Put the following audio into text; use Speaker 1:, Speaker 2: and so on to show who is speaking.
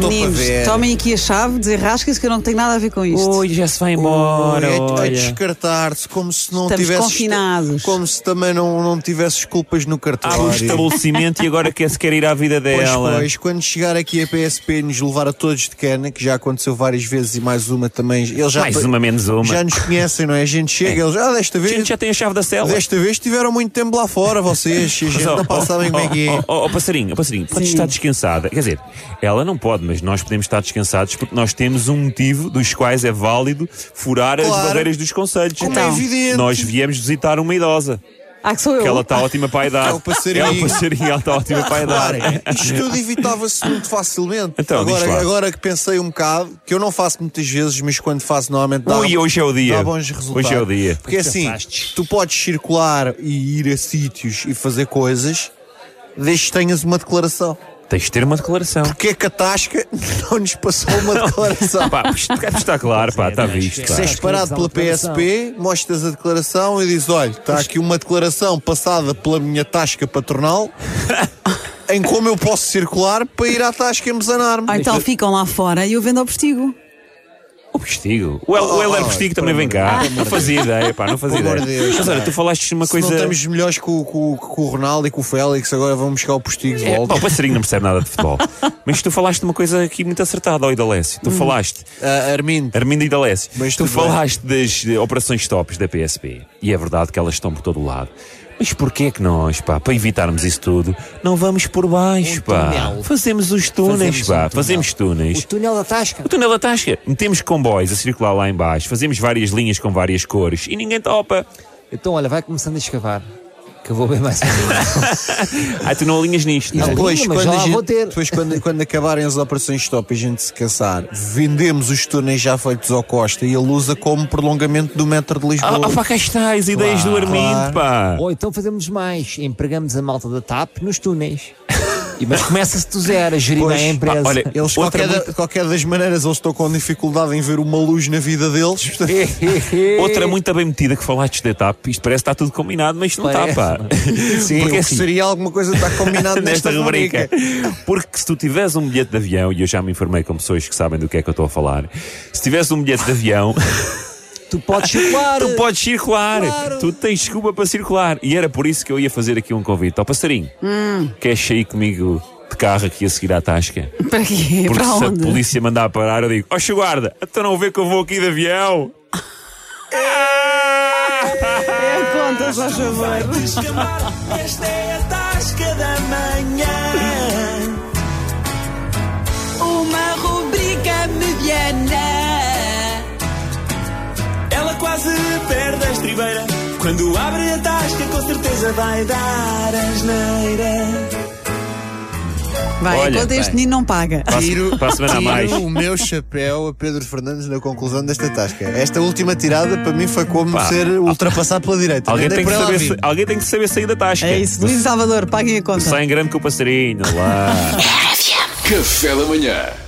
Speaker 1: Estou para
Speaker 2: Meninos,
Speaker 1: ver.
Speaker 2: tomem aqui a chave, desenrasquem-se que eu não tenho nada a ver com isto.
Speaker 3: Oi, já se vai
Speaker 1: Ui,
Speaker 3: embora.
Speaker 1: é- é
Speaker 3: olha.
Speaker 1: descartar-se como se não
Speaker 2: Estamos
Speaker 1: tivesses
Speaker 2: confinados.
Speaker 1: como se também não, não tivesses culpas
Speaker 3: Abre
Speaker 1: no
Speaker 3: o
Speaker 1: cartório.
Speaker 3: um estabelecimento e agora quer se quer ir à vida
Speaker 1: Pois,
Speaker 3: Ah, dela.
Speaker 1: pois, quando chegar aqui a PSP e nos levar a todos de cana, que já aconteceu várias vezes e mais uma também, eles já,
Speaker 3: Mais uma, menos uma.
Speaker 1: já nos conhecem, não é? A gente chega, eles, ah, desta
Speaker 3: A gente
Speaker 1: vez,
Speaker 3: já tem a chave da cela.
Speaker 1: desta vez tiveram muito tempo lá fora, vocês, e a gente
Speaker 3: Mas, ó,
Speaker 1: não
Speaker 3: ó,
Speaker 1: passava bem
Speaker 3: ó,
Speaker 1: como é que é.
Speaker 3: ó, ó, ó, passarinho, ó, passarinho, pode estar descansada. Quer dizer, ela não pode, mas nós podemos estar descansados porque nós temos um motivo dos quais é válido furar as
Speaker 1: Claro.
Speaker 3: barreiras dos conselhos. Então,
Speaker 1: Como é evidente.
Speaker 3: Nós viemos visitar uma idosa,
Speaker 2: Ah, que sou eu.
Speaker 3: que ela está ótima para a idade.
Speaker 1: É o passarinho.
Speaker 3: É o passarinho, ela está ótima para a idade.
Speaker 1: Reparem, isto tudo evitava-se muito facilmente.
Speaker 3: Então, diz
Speaker 1: agora,
Speaker 3: lá.
Speaker 1: agora que pensei um bocado, que eu não faço muitas vezes, mas quando faço normalmente dá, um
Speaker 3: Ui, hoje é o dia.
Speaker 1: dá bons resultados.
Speaker 3: Hoje é o dia.
Speaker 1: Porque assim, tu podes circular e ir a sítios e fazer coisas, desde que tenhas uma declaração.
Speaker 3: Tens de ter uma declaração.
Speaker 1: Porque é que a Tasca não nos passou uma declaração?
Speaker 3: Pá, isto está claro, pá, está visto.
Speaker 1: Se
Speaker 3: pá. é
Speaker 1: és parado pela PSP, mostras a declaração e dizes: olha, está aqui uma declaração passada pela minha tasca patronal em como eu posso circular para ir à tasca e
Speaker 2: Ou
Speaker 3: tá-
Speaker 1: mesanar-me.
Speaker 2: então ficam lá fora e eu vendo ao postigo.
Speaker 3: O Postigo. O, El, o
Speaker 1: Oh,
Speaker 3: Heller Postigo também vem cá. Não fazia ideia, pá, não fazia
Speaker 1: Pelo amor
Speaker 3: ideia.
Speaker 1: de Deus,
Speaker 3: Mas olha, tu falaste de uma
Speaker 1: Se não
Speaker 3: coisa.
Speaker 1: estamos melhores com, com- com o Ronaldo e com o Félix, agora vamos buscar o postigo de
Speaker 3: É,
Speaker 1: volta.
Speaker 3: pá, o passarinho não percebe nada de futebol. Mas tu falaste de uma coisa aqui muito acertada, ao Idalécio.
Speaker 4: Hum.
Speaker 3: Tu falaste,
Speaker 1: Ah, Armindo,
Speaker 3: Armindo Idalécio,
Speaker 1: Mas
Speaker 3: tu
Speaker 1: tudo bem.
Speaker 3: falaste das eh, operações tops da PSP. E é verdade que elas estão por todo o lado. Mas porquê que nós, pá, para evitarmos isso tudo, não vamos por baixo, pá?
Speaker 4: túnel.
Speaker 3: Fazemos os túneis,
Speaker 4: Fazemos
Speaker 3: pá.
Speaker 4: um túnel.
Speaker 3: Fazemos túneis.
Speaker 4: O túnel da Tasca.
Speaker 3: O túnel da Tasca. Metemos comboios a circular lá em baixo, fazemos várias linhas com várias cores e ninguém topa.
Speaker 4: Então, olha, vai começando a escavar. Que eu vou bem mais. um. ainda.
Speaker 3: Ah, tu não alinhas nisto.
Speaker 4: Não,
Speaker 3: né?
Speaker 4: pô.
Speaker 1: depois,
Speaker 4: Sim, mas
Speaker 1: quando,
Speaker 4: já
Speaker 1: a
Speaker 4: lá
Speaker 1: gente-
Speaker 4: vou ter.
Speaker 1: depois quando, quando acabarem as operações stop e a gente se cansar, vendemos os túneis já feitos ao Costa e a Lusa como prolongamento do metro de
Speaker 3: Ah,
Speaker 1: Lisboa.
Speaker 3: ah, pá, cá está, as ideias do Armindo,
Speaker 1: claro.
Speaker 3: pá.
Speaker 4: Ou então fazemos mais. Empregamos a malta da TAP nos túneis. E, mas começa-se do zero a gerir
Speaker 1: Pois,
Speaker 4: bem a empresa.
Speaker 3: pá, olha,
Speaker 1: Eles,
Speaker 3: Outra
Speaker 1: qualquer, da-
Speaker 3: muito-
Speaker 1: qualquer das maneiras, eles estão com dificuldade em ver uma luz na vida deles. portanto,
Speaker 3: Outra muito bem metida que falaste da TAP, isto parece que está tudo combinado, mas isto não está,
Speaker 4: Parece,
Speaker 3: pá.
Speaker 1: Sim,
Speaker 3: Porque
Speaker 1: o que
Speaker 3: assim,
Speaker 1: seria alguma coisa que está combinada
Speaker 3: nesta
Speaker 1: nesta
Speaker 3: rubrica. Porque se tu tiveres um bilhete de avião, e eu já me informei com pessoas que sabem do que é que eu estou a falar, se tiveres um bilhete de avião,
Speaker 4: Tu podes circular.
Speaker 3: tu podes circular.
Speaker 4: Claro.
Speaker 3: Tu tens desculpa para circular. E era por isso que eu ia fazer aqui um convite ao passarinho. Queres sair comigo de carro aqui a seguir à tasca?
Speaker 2: Para quê?
Speaker 3: Porque é
Speaker 2: para
Speaker 3: se a
Speaker 2: onde?
Speaker 3: polícia mandar parar, eu digo: Oxe, guarda, até não vê que eu vou aqui de avião.
Speaker 2: Contas, faz favor.
Speaker 5: Descambar, esta é a tasca da manhã.
Speaker 2: Uma rubrica mediana.
Speaker 5: Ela quase perde a estribeira. Quando abre a tasca, com certeza vai dar asneira.
Speaker 2: Vai,
Speaker 3: Olha,
Speaker 2: enquanto este
Speaker 3: bem.
Speaker 2: menino não paga.
Speaker 1: Tiro,
Speaker 3: Para a semana a mais.
Speaker 1: tiro o meu chapéu a Pedro Fernandes na conclusão desta tasca. Esta última tirada para mim foi como
Speaker 3: Pá.
Speaker 1: ser ultrapassado pela direita.
Speaker 3: Alguém
Speaker 1: Andei
Speaker 3: tem,
Speaker 1: por
Speaker 3: que
Speaker 1: ela a
Speaker 3: saber
Speaker 1: vir.
Speaker 3: se- alguém tem que saber sair da tasca.
Speaker 2: É isso, Luís Salvador, paguem a conta.
Speaker 3: Sai em grande com o passarinho lá.
Speaker 6: Café da manhã.